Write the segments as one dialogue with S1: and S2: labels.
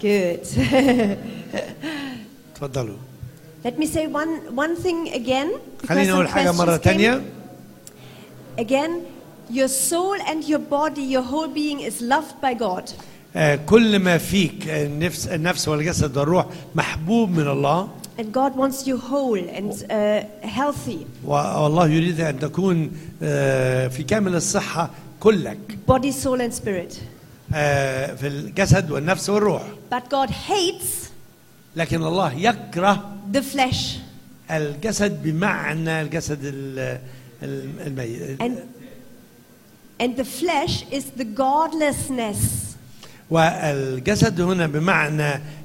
S1: Good.
S2: تفضلوا
S1: Let me say one, one thing again. because
S2: خليني
S1: some
S2: اقول حاجه مره
S1: questions came.
S2: تانية
S1: Again, your soul and your body, your whole being is loved by God.
S2: آه، كل ما فيك آه، النفس النفس والجسد والروح محبوب من الله
S1: And God wants you whole and uh, healthy.
S2: و- والله يريد ان تكون آه، في كامل الصحه كلك
S1: Body, soul and spirit.
S2: آه، في الجسد والنفس والروح
S1: But God hates
S2: لكن الله يكره
S1: the flesh.
S2: الجسد بمعنى الجسد ال- ال- الميت
S1: And, and the flesh is the godlessness.
S2: والجسد هنا بمعنى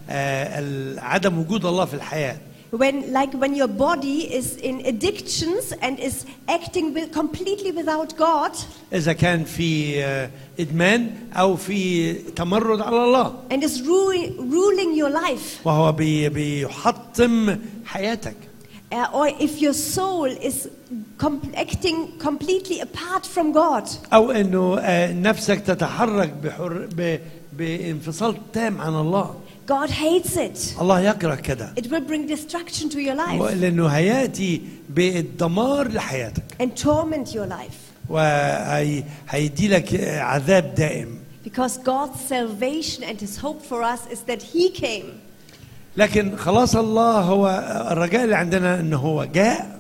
S2: آه، ال- عدم وجود الله في الحياه
S1: When, like when your body is in addictions and is acting with, completely without God,
S2: اذا كان في آه، ادمان او في تمرد على الله
S1: and is ru- ruling your life,
S2: وهو بي- بيحطم حياتك
S1: uh, or if your soul is com- acting completely apart from God,
S2: او انه آه، نفسك تتحرك بحر ب- بانفصال تام عن الله
S1: God hates it.
S2: الله يكره كده
S1: It will bring destruction to your life
S2: لانه هياتي بالدمار لحياتك
S1: and torment your life
S2: وهيدي لك عذاب دائم
S1: because God's salvation and His hope for us is that He came
S2: لكن خلاص الله هو الرجاء اللي عندنا انه هو جاء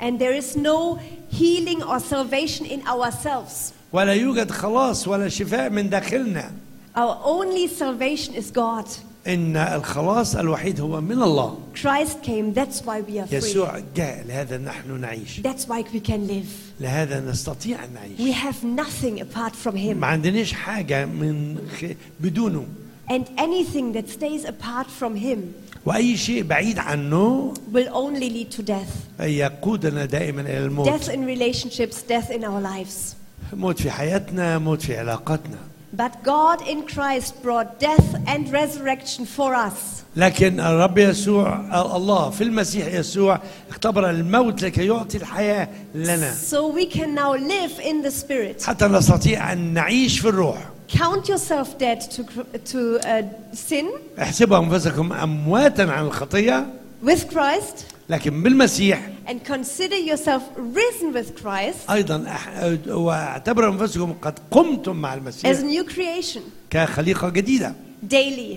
S1: and there is no healing or salvation in ourselves.
S2: ولا يوجد خلاص ولا شفاء من داخلنا
S1: Our only salvation is God.
S2: ان الخلاص الوحيد هو من الله
S1: Christ came, that's why we are free.
S2: يسوع جاء لهذا نحن نعيش
S1: That's why we can live.
S2: لهذا نستطيع ان
S1: We
S2: نعيش
S1: have nothing apart from Him.
S2: ما عندناش حاجه من خ... بدونه
S1: And anything that stays apart from Him
S2: واي شيء بعيد عنه
S1: will only lead to death.
S2: يقودنا دائما الى
S1: Death
S2: الموت
S1: in relationships, death in our lives.
S2: موت في حياتنا موت في علاقاتنا
S1: But God in Christ brought death and resurrection for us.
S2: لكن الرب يسوع الله في المسيح يسوع اختبر الموت لكي يعطي الحياه لنا
S1: So we can now live in the Spirit.
S2: حتى نستطيع ان نعيش في الروح
S1: Count yourself dead to, cr- to uh, sin
S2: احسبوا انفسكم امواتا عن الخطيه
S1: with Christ
S2: لكن بالمسيح
S1: and consider yourself risen with Christ
S2: ايضا أح- واعتبروا انفسكم قد قمتم مع
S1: as a
S2: المسيح
S1: new creation
S2: كخليقه جديده
S1: daily.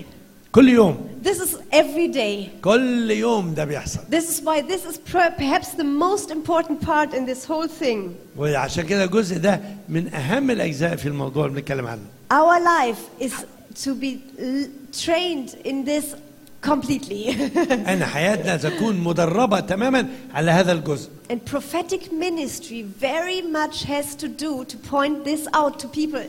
S2: كل يوم
S1: This is every day.
S2: كل يوم ده بيحصل
S1: This is why this is per- perhaps the most important part in this whole thing.
S2: وعشان كده الجزء ده من اهم الاجزاء في الموضوع اللي بنتكلم عنه
S1: Our life is to be l- trained in this completely.
S2: ان حياتنا تكون مدربه تماما على هذا الجزء
S1: and prophetic ministry very much has to do to point this out to people.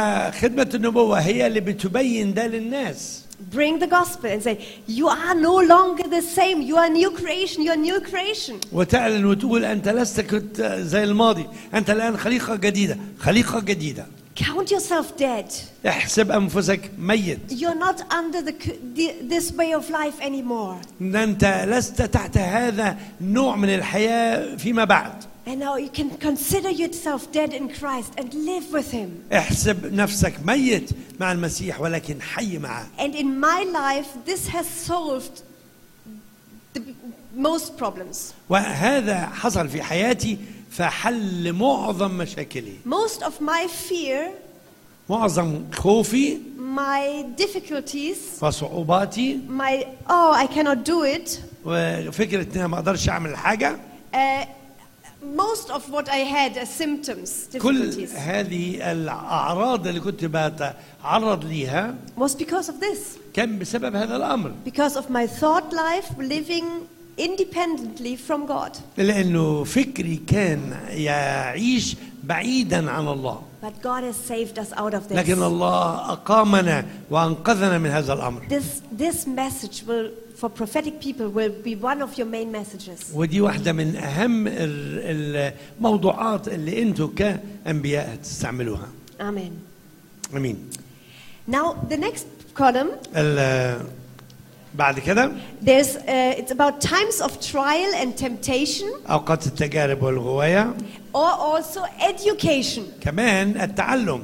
S2: وخدمه النبوه هي اللي بتبين ده للناس
S1: Bring the gospel and say, You are no longer the same. You are a new creation. You are a new creation.
S2: وتعلن وتقول انت لست كنت زي الماضي انت الان خليقه جديده خليقه جديده
S1: Count yourself dead.
S2: احسب انفسك ميت
S1: You're not under the, c- the, this way of life anymore.
S2: ان انت لست تحت هذا النوع من الحياه فيما بعد
S1: And now you can consider yourself dead in Christ and live with Him.
S2: احسب نفسك ميت مع المسيح ولكن حي معه
S1: And in my life, this has solved the most problems.
S2: وهذا حصل في حياتي فحل معظم مشاكلي
S1: Most of my fear,
S2: معظم خوفي
S1: my difficulties,
S2: وصعوباتي
S1: my, oh, I cannot do it,
S2: وفكره ان انا ما اقدرش اعمل حاجه
S1: uh, most of what I had as symptoms,
S2: كل
S1: difficulties,
S2: هذه الاعراض اللي كنت بتعرض ليها
S1: was because of this.
S2: كان بسبب هذا الامر
S1: Because of my thought life living independently from God.
S2: لانه فكري كان يعيش بعيدا عن الله
S1: But God has saved us out of this.
S2: لكن الله أقامنا وأنقذنا من هذا الأمر
S1: This, this message will, for prophetic people, will be one of your main messages.
S2: ودي واحدة من أهم ال- الموضوعات اللي أنتوا كأنبياء تستعملوها
S1: Amen.
S2: أمين
S1: Now, the next column,
S2: ال- بعد كده
S1: there's, uh, it's about times of trial and temptation,
S2: أوقات التجارب والغواية
S1: or also education.
S2: كمان التعلم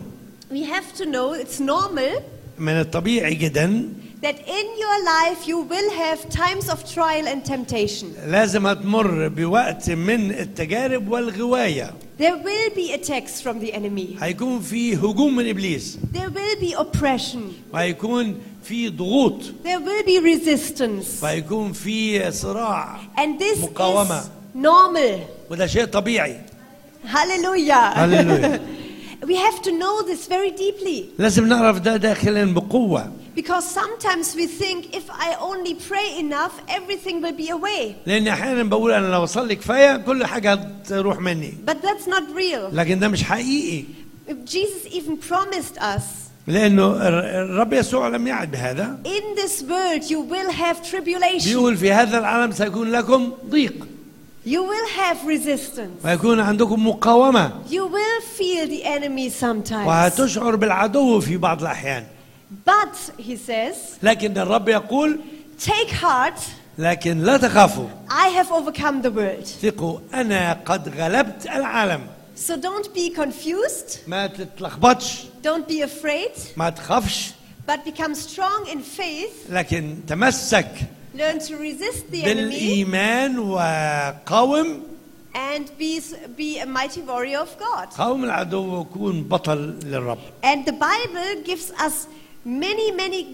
S1: We have to know it's normal
S2: من الطبيعي جدا
S1: that in your life you will have times of trial and temptation.
S2: لازم هتمر بوقت من التجارب والغواية
S1: There will be attacks from the enemy.
S2: هيكون في هجوم من إبليس
S1: There will be oppression.
S2: وهيكون في ضغوط
S1: There will be resistance.
S2: وهيكون في صراع
S1: And this
S2: مقاومة.
S1: is normal.
S2: وده شيء طبيعي
S1: Hallelujah.
S2: Hallelujah.
S1: we have to know this very deeply
S2: لازم نعرف ده داخلا بقوة
S1: because sometimes we think if I only pray enough, everything will be away.
S2: لأن أحيانا بقول أنا لو أصلي كفاية كل حاجة هتروح مني
S1: But that's not real.
S2: لكن ده مش حقيقي
S1: Jesus even promised us
S2: لأنه الر- الرب يسوع لم يعد بهذا
S1: in this world you will have tribulation,
S2: بيقول في هذا العالم سيكون لكم ضيق
S1: you will have resistance,
S2: ويكون عندكم مقاومة
S1: you will feel the enemy sometimes.
S2: وهتشعر بالعدو في بعض الأحيان
S1: But, he says,
S2: لكن الرب يقول
S1: take heart,
S2: لكن لا تخافوا
S1: I have overcome the world.
S2: ثقوا أنا قد غلبت العالم
S1: So don't be confused,
S2: ما تتلخبطش
S1: don't be afraid,
S2: ما تخافش
S1: but become strong in faith
S2: لكن تمسك
S1: Learn to resist the enemy
S2: بالإيمان وقاوم
S1: and be, be a mighty warrior of God.
S2: قاوم العدو وكون بطل للرب
S1: And the Bible gives us many, many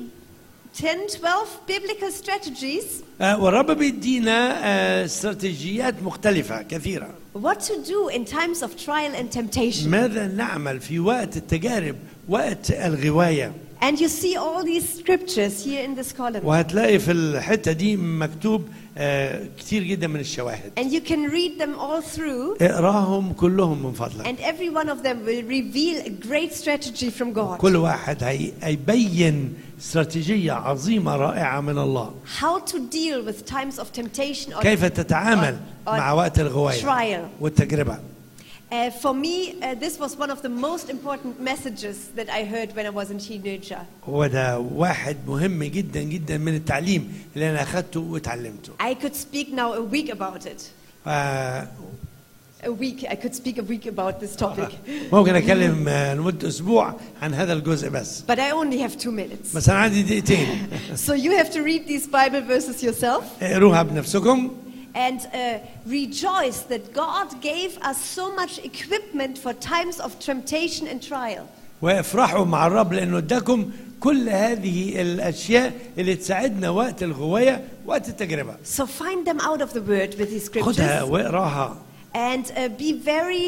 S1: 10, 12 biblical strategies
S2: آه، والرب بيدينا آه، استراتيجيات مختلفة كثيرة
S1: what to do in times of trial and temptation.
S2: ماذا نعمل في وقت التجارب وقت الغواية
S1: And you see all these scriptures here in this column.
S2: وهتلاقي في الحتة دي مكتوب آه، كتير جدا من الشواهد
S1: And you can read them all through,
S2: اقراهم كلهم من فضلك
S1: and every one of them will reveal a great strategy from God.
S2: كل واحد هي- هيبين استراتيجية عظيمة رائعة من الله
S1: How to deal with times of temptation. Or,
S2: كيف تتعامل
S1: or-
S2: مع وقت الغواية
S1: trial.
S2: والتجربة
S1: Uh, for me, uh, this was one of the most important messages that I heard when I was a teenager.
S2: هو ده واحد مهم جدا جدا من التعليم اللي انا اخدته واتعلمته
S1: I could speak now a week about it.
S2: آه،
S1: A week, I could speak a week about this topic.
S2: ممكن اكلم آه، لمده اسبوع عن هذا الجزء بس
S1: But I only have two minutes.
S2: بس انا عندي دقيقتين
S1: So you have to read these Bible verses yourself
S2: اقروها بنفسكم
S1: and uh, rejoice that God gave us so much equipment for times of temptation and trial.
S2: وافرحوا مع الرب لانه اداكم كل هذه الاشياء اللي تساعدنا وقت الغوايه وقت التجربه
S1: So find them out of the Word with these
S2: خدها
S1: scriptures
S2: واقراها
S1: and uh, be very.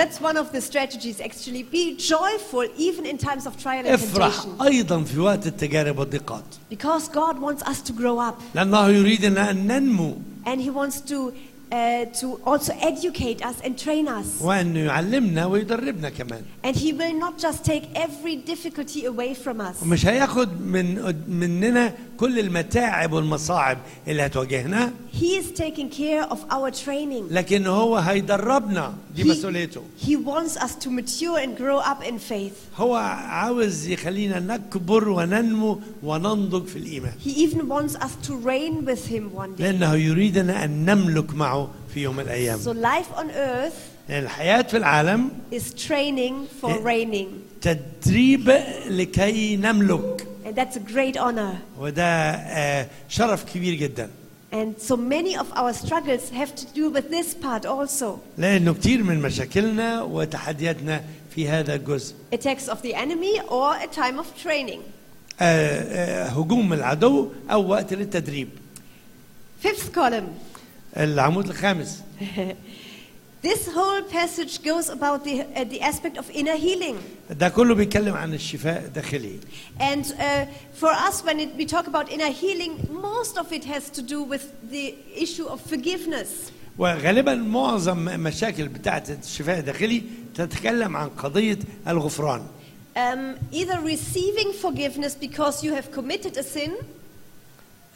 S1: That's one of the strategies actually. Be joyful even in times of trial and temptation.
S2: افرح ايضا في وقت التجارب والضيقات
S1: Because God wants us to grow up
S2: لانه يريدنا ان ننمو
S1: and He wants to, uh, to also educate us and train us.
S2: وان يعلمنا ويدربنا كمان
S1: And He will not just take every difficulty away from us,
S2: ومش هياخد من مننا كل المتاعب والمصاعب اللي هتواجهنا
S1: He is taking care of our training.
S2: لكن هو هيدربنا دي
S1: He,
S2: مسؤوليته
S1: he wants us to mature and grow up in faith.
S2: هو عاوز يخلينا نكبر وننمو وننضج في الايمان
S1: He even wants us to reign with Him one day.
S2: لانه يريدنا ان نملك معه في يوم من الايام
S1: So, life on earth
S2: لأن الحياه في العالم
S1: is training for
S2: Yeah.
S1: reigning.
S2: تدريب لكي نملك
S1: And that's a great honor.
S2: وده آه، شرف كبير جدا
S1: And so many of our struggles have to do with this part also
S2: لانه كتير من مشاكلنا وتحدياتنا في هذا الجزء
S1: attacks of the enemy or a time of training.
S2: آه، آه، هجوم العدو او وقت للتدريب
S1: Fifth column.
S2: العمود الخامس
S1: This whole passage goes about the, uh, the aspect of inner healing.
S2: ده كله بيتكلم عن الشفاء الداخلي
S1: And uh, for us, when it, we talk about inner healing, most of it has to do with the issue of forgiveness.
S2: وغالبا معظم مشاكل بتاعه الشفاء الداخلي تتكلم عن قضيه الغفران
S1: Um, either receiving forgiveness because you have committed a sin,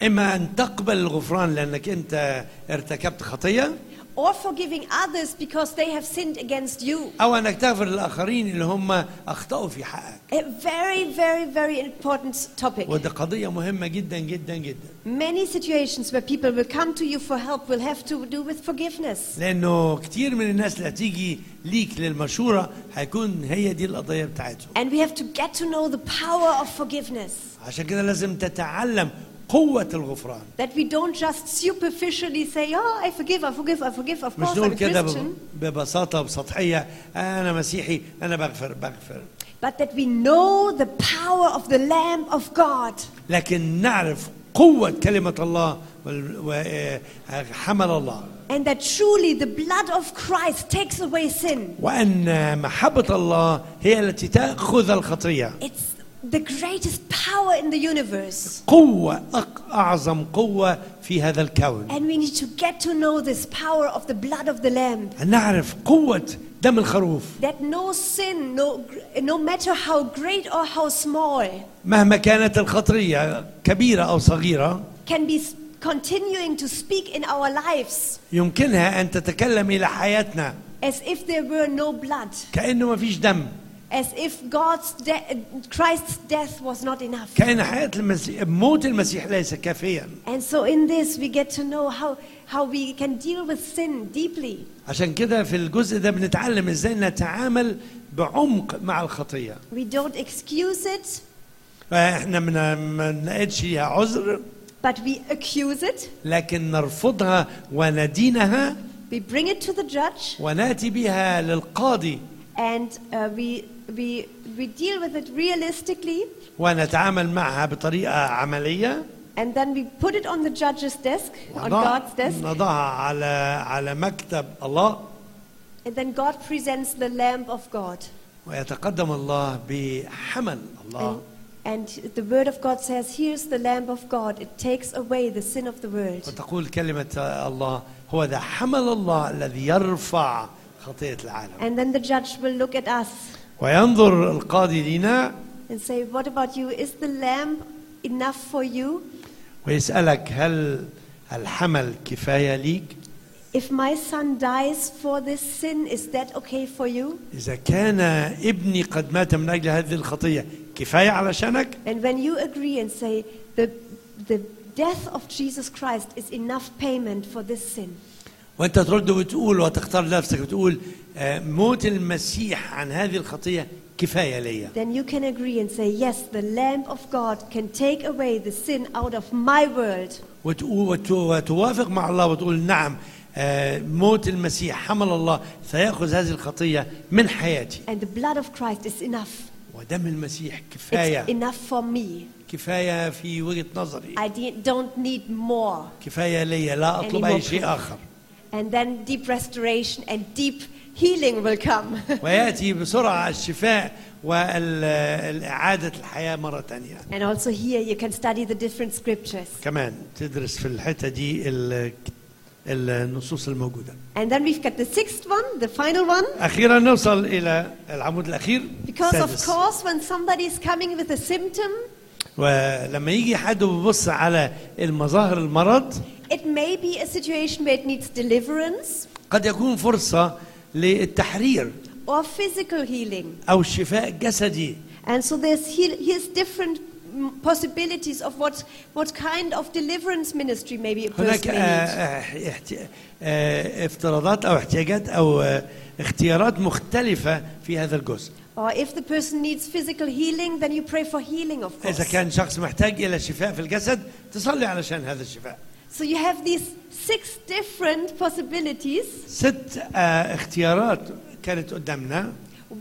S2: اما ان تقبل الغفران لانك انت ارتكبت خطيه
S1: or forgiving others because they have sinned against you.
S2: او انك تغفر للاخرين اللي هم اخطاوا في حقك
S1: A very, very, very important topic.
S2: ودي قضيه مهمه جدا جدا جدا
S1: Many situations where people will come to you for help will have to do with forgiveness.
S2: لانه كتير من الناس اللي هتيجي ليك للمشوره هيكون هي دي القضيه بتاعتهم
S1: And we have to get to know the power of forgiveness.
S2: عشان كده لازم تتعلم قوه الغفران
S1: That we don't just superficially say, oh, I forgive, I forgive, I forgive, of
S2: مش
S1: course, I'm
S2: نقول
S1: a
S2: كده
S1: Christian.
S2: بب- ببساطه وبسطحيه انا مسيحي انا بغفر بغفر
S1: But that we know the power of the Lamb of God.
S2: لكن نعرف قوه كلمه الله وال- وحمل الله
S1: And that truly the blood of Christ takes away sin.
S2: وان محبه الله هي التي تاخذ الخطيه
S1: It's the greatest power in the universe.
S2: قوه أق- اعظم قوه في هذا الكون
S1: And we need to get to know this power of the blood of the Lamb.
S2: أن نعرف قوة دم الخروف
S1: That no sin, no, gr- no matter how great or how small,
S2: مهما كانت الخطية كبيرة أو صغيرة
S1: can be s- continuing to speak in our lives
S2: يمكنها أن تتكلم إلى حياتنا
S1: as if there were no blood,
S2: كأنه ما فيش دم
S1: as if God's de- Christ's death was not enough.
S2: كأن حياة المسيح موت المسيح ليس كافيا
S1: And so in this we get to know how, how we can deal with sin deeply.
S2: عشان كده في الجزء ده بنتعلم إزاي نتعامل بعمق مع الخطية
S1: We don't excuse it,
S2: احنا من- ما نقدش ليها عذر
S1: but we accuse it.
S2: لكن نرفضها وندينها
S1: We bring it to the judge
S2: وناتي بها للقاضي
S1: and uh, we, we, we deal with it realistically
S2: ونتعامل معها بطريقة عملية
S1: and then we put it on the judge's desk, on
S2: نضع-
S1: God's desk,
S2: نضعها على على مكتب الله
S1: and then God presents the Lamb of God.
S2: ويتقدم الله بحمل الله
S1: And, and the Word of God says, Here's the Lamb of God, it takes away the sin of the world.
S2: وتقول كلمة الله هو ذا حمل الله الذي يرفع خطية العالم
S1: And then the judge will look at us
S2: وينظر القاضي لنا
S1: and say, What about you? Is the Lamb enough for you?
S2: ويسألك هل الحمل كفاية ليك
S1: If my son dies for this sin, is that okay for you?
S2: إذا كان ابني قد مات من أجل هذه الخطية كفاية علشانك
S1: And when you agree and say, the, the death of Jesus Christ is enough payment for this sin,
S2: وانت ترد وتقول وتختار نفسك وتقول آه، موت المسيح عن هذه الخطية كفاية ليا
S1: then you can agree and say, Yes, the Lamb of God can take away the sin out of my world.
S2: وتقو- وت- وتوافق مع الله وتقول نعم آه، موت المسيح حمل الله سيأخذ هذه الخطية من حياتي
S1: And the blood of Christ is enough.
S2: ودم المسيح
S1: It's
S2: كفاية
S1: enough for me.
S2: كفاية في وجهة نظري
S1: I de- don't need more.
S2: كفاية لي لا أطلب أي
S1: Any more
S2: شيء آخر
S1: And then deep restoration and deep healing will come.
S2: ويأتي بسرعة الشفاء والإعادة الحياة مرة تانية
S1: and also here you can study the different scriptures.
S2: كمان تدرس في الحتة دي ال- النصوص الموجودة
S1: And then we've got the sixth one, the final one.
S2: أخيرا نوصل إلى العمود الأخير
S1: Because of
S2: السادس.
S1: course when somebody is coming with a symptom,
S2: ولما يجي حد وبيبص على المظاهر المرض
S1: it may be a situation where it needs deliverance
S2: قد يكون فرصة للتحرير
S1: or physical healing.
S2: أو الشفاء الجسدي
S1: And so there's heal- here's different mm, possibilities of what what kind of deliverance ministry maybe a
S2: هناك
S1: person
S2: آه،
S1: may need.
S2: آه، احت- آه، افتراضات أو احتياجات أو آه، اختيارات مختلفة في هذا الجزء
S1: Or if the person needs physical healing, then you pray for healing, of
S2: إذا
S1: course.
S2: كان شخص محتاج إلى شفاء في الجسد تصلي علشان هذا الشفاء
S1: So you have these six different possibilities
S2: ست آه، اختيارات كانت قدامنا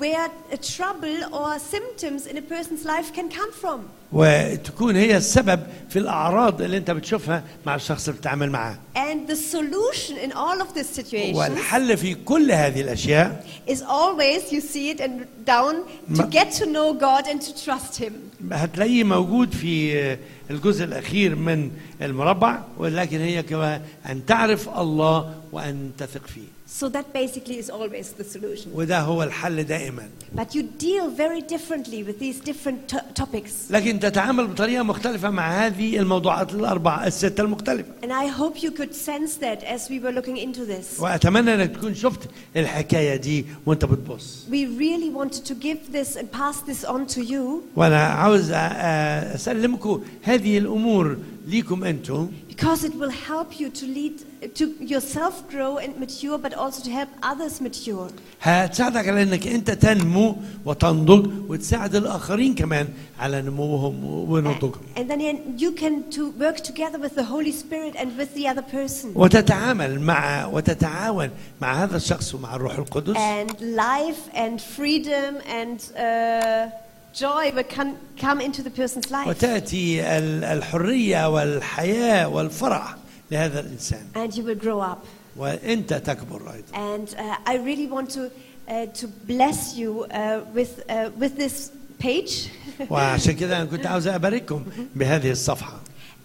S1: where a trouble or symptoms in a person's life can come from.
S2: وتكون هي السبب في الأعراض اللي أنت بتشوفها مع الشخص اللي بتتعامل معاه
S1: And the solution in all of these situations
S2: والحل في كل هذه الاشياء
S1: is always, you see it and down, to
S2: Ma-
S1: get to know God and to trust Him.
S2: هتلاقيه موجود في الجزء الاخير من المربع ولكن هي كما ان تعرف الله وان تثق فيه
S1: So that basically is always the solution.
S2: وده هو الحل دائما
S1: But you deal very differently with these different to- topics.
S2: لكن تتعامل بطريقة مختلفة مع هذه الموضوعات الأربعة الستة المختلفة
S1: And I hope you could sense that as we were looking into this.
S2: وأتمنى أنك تكون شفت الحكاية دي وأنت بتبص
S1: We really wanted to give this and pass this on to you
S2: وأنا عاوز أ- أ- أسلمكم هذه الأمور ليكم أنتم
S1: because it will help you to lead to yourself grow and mature but also to help others mature.
S2: هتساعدك على أنك أنت تنمو وتنضج وتساعد الآخرين كمان على نموهم ونضجهم
S1: And then you can to work together with the Holy Spirit and with the other person.
S2: وتتعامل مع وتتعاون مع هذا الشخص ومع الروح القدس
S1: And life and freedom and uh, joy will come, come into the person's life.
S2: وتأتي ال- الحرية والحياة والفرح لهذا الإنسان
S1: And you will grow up.
S2: وأنت تكبر أيضا
S1: And uh, I really want to, uh, to bless you uh, with, uh, with this page.
S2: وعشان كده أنا كنت عاوز أبارككم بهذه الصفحة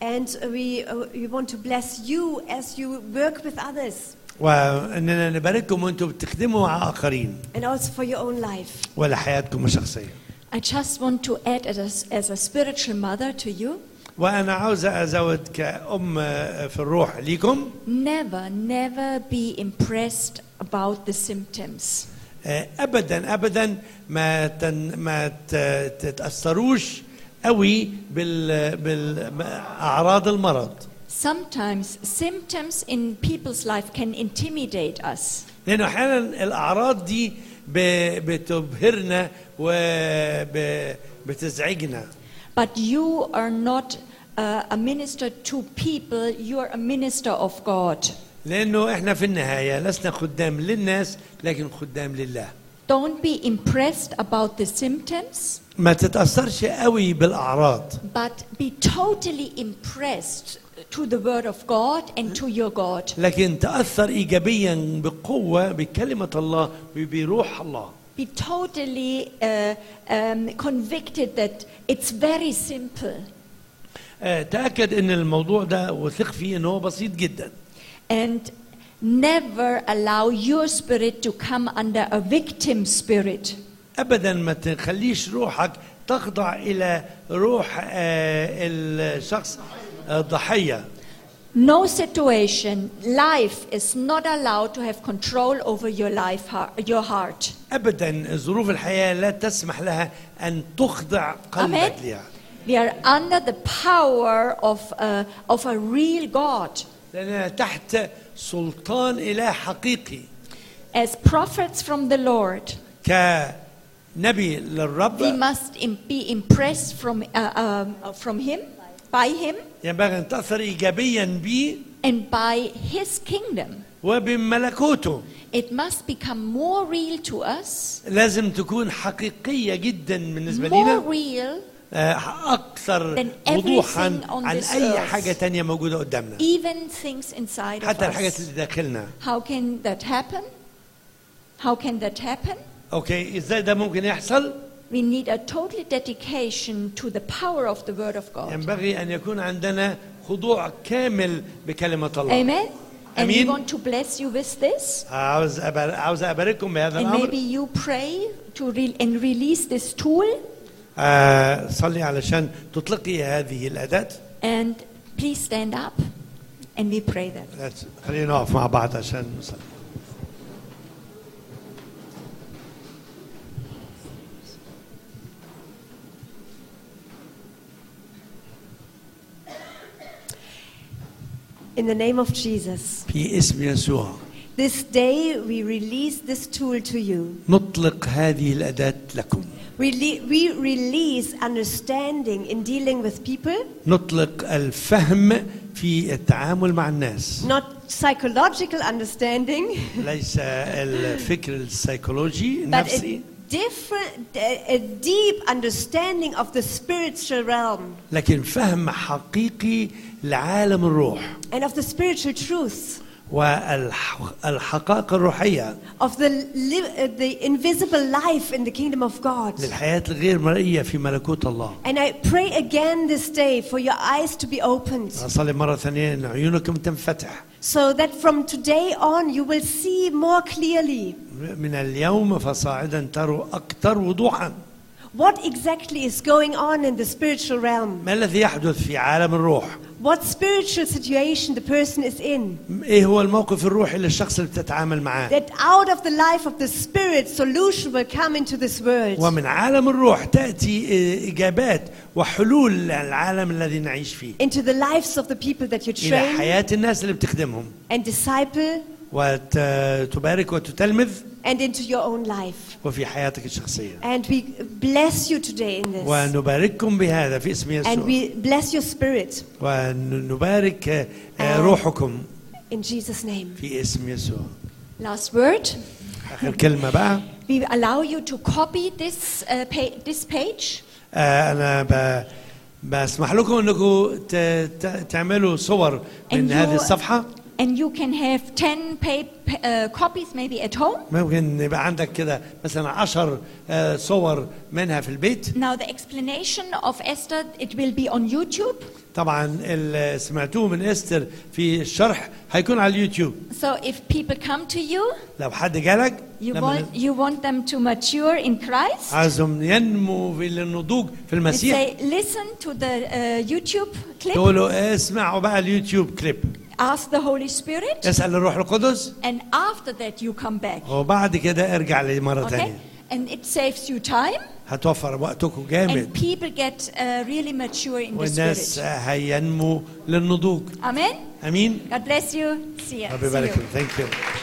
S1: and we, uh, we want to bless you as you work with others
S2: وأننا نبارككم وأنتم بتخدموا مع آخرين
S1: and also for your own life.
S2: ولحياتكم الشخصية
S3: I just want to add as, as a spiritual mother to you
S2: وأنا عاوز أزود كأم في الروح ليكم
S3: never, never be impressed about the symptoms.
S2: أبدا أبدا آه، ما تن ما ت- تتأثروش قوي بال بالأعراض المرض
S3: Sometimes symptoms in people's life can intimidate us.
S2: لانه احيانا الاعراض دي ب- بتبهرنا وبتزعجنا
S3: But you are not uh, a minister to people, you are a minister of God.
S2: لانه احنا في النهايه لسنا خدام للناس لكن خدام لله
S3: Don't be impressed about the symptoms,
S2: ما تتاثرش قوي بالاعراض
S3: but be totally impressed to the Word of God and to your God.
S2: لكن تاثر ايجابيا بقوه بكلمه الله وبروح الله
S3: be totally uh, um, convicted that it's very simple
S2: آه، تاكد ان الموضوع ده وثق فيه ان هو بسيط جدا
S3: and never allow your spirit to come under a victim spirit
S2: ابدا ما تخليش روحك تخضع الى روح آه، الشخص الضحيه
S3: no situation life is not allowed to have control over your life har- your heart
S2: ابدا ظروف الحياه لا تسمح لها ان تخضع قلبك لها
S3: we are under the power of uh, of a real god
S2: لاننا تحت سلطان اله حقيقي
S3: as prophets from the lord
S2: كنبي
S3: we
S2: للرب
S3: must im- be impressed from uh, um, from him by him
S2: ينبغي ان تاثر ايجابيا به
S3: and by his kingdom.
S2: وبملكوته
S3: It must become more real to us,
S2: لازم تكون حقيقيه جدا بالنسبه
S3: more
S2: لنا
S3: real
S2: آه، اكثر
S3: than
S2: وضوحا
S3: everything on
S2: عن
S3: this
S2: اي
S3: earth.
S2: حاجه تانية موجوده قدامنا
S3: even things inside of
S2: حتى الحاجات
S3: us.
S2: اللي داخلنا
S3: How can that happen? How can that happen?
S2: اوكي ازاي ده ممكن يحصل
S3: We need a total dedication to the power of the Word of God.
S2: ينبغي ان يكون عندنا خضوع كامل بكلمه الله
S3: Amen? And we
S2: Amen.
S3: want to bless you with this.
S2: عاوز أبار... عاوز ابارككم بهذا
S3: And maybe
S2: الامر
S3: you pray to re- and release this tool.
S2: آه صلي علشان تطلقي هذه الاداه
S3: And please stand up and we pray that.
S2: Let's- خلينا نقف مع بعض عشان نصلي
S1: In the name of Jesus,
S2: في اسم يسوع
S1: this day we release this tool to you.
S2: نطلق هذه الاداه لكم
S1: Rele- we release understanding in dealing with people,
S2: نطلق الفهم في التعامل مع الناس
S1: not psychological understanding,
S2: ليس الفكر السيكولوجي
S1: but
S2: النفسي
S1: a different, a a deep understanding of the spiritual realm
S2: لكن فهم حقيقي لعالم الروح
S1: and of the spiritual truths.
S2: والحقائق الروحية
S1: of the, li- uh, the invisible life in the kingdom of God.
S2: للحياة الغير مرئية في ملكوت الله
S1: And I pray again this day for your eyes to be opened
S2: أصلي مرة ثانية أن عيونكم تنفتح
S1: so that from today on you will see more clearly
S2: من اليوم فصاعدا تروا أكثر وضوحا
S1: what exactly is going on in the spiritual realm,
S2: ما الذي يحدث في عالم الروح
S1: what spiritual situation the person is in.
S2: إيه هو الموقف الروحي للشخص اللي بتتعامل معاه
S1: That out of the life of the spirit, solution will come into this world.
S2: ومن عالم الروح تأتي إيه، إجابات وحلول للعالم الذي نعيش فيه
S1: Into the lives of the people that you
S2: إلى
S1: train
S2: حياة الناس اللي بتخدمهم
S1: and disciple,
S2: وتبارك وتتلمذ
S1: and into your own life.
S2: وفي حياتك الشخصية
S1: And we bless you today in this.
S2: ونبارككم بهذا في اسم
S1: And
S2: يسوع
S1: we bless your spirit
S2: ونبارك آه، آه،
S1: آه.
S2: روحكم
S1: in Jesus' name.
S2: في اسم يسوع
S3: Last word.
S2: آخر كلمة بقى
S3: We allow you to copy this, uh, pa- this page.
S2: آه، أنا ب... بسمح لكم أنكم ت... ت... تعملوا صور من
S3: And
S2: هذه
S3: you-
S2: الصفحة
S3: And you can have 10 pa- pa- uh, copies maybe at home.
S2: ممكن يبقى عندك كده مثلا عشر آه، صور منها في البيت
S3: Now, the explanation of Esther, it will be on YouTube.
S2: طبعا اللي سمعتوه من استر في الشرح هيكون على اليوتيوب
S3: So, if people come to you,
S2: لو حد جالك
S3: you
S2: لما-
S3: want, you want them to mature in Christ.
S2: عايزهم ينمو في النضوج في
S3: You
S2: المسيح
S3: say, listen to the uh, YouTube clip,
S2: تقولوا اسمعوا بقى اليوتيوب كليب
S3: ask the Holy Spirit,
S2: اسال الروح القدس
S3: and after that, you come back.
S2: وبعد كده ارجع لي مره
S3: Okay?
S2: ثانيه
S3: And it saves you time,
S2: هتوفر وقتكم
S3: and
S2: جامد
S3: people get uh, really mature in the
S2: والناس
S3: Spirit.
S2: هينمو للنضوج
S3: Amen.
S2: امين
S3: God bless you. See ya.
S2: رب
S3: See you.
S2: يبارككم ثانك يو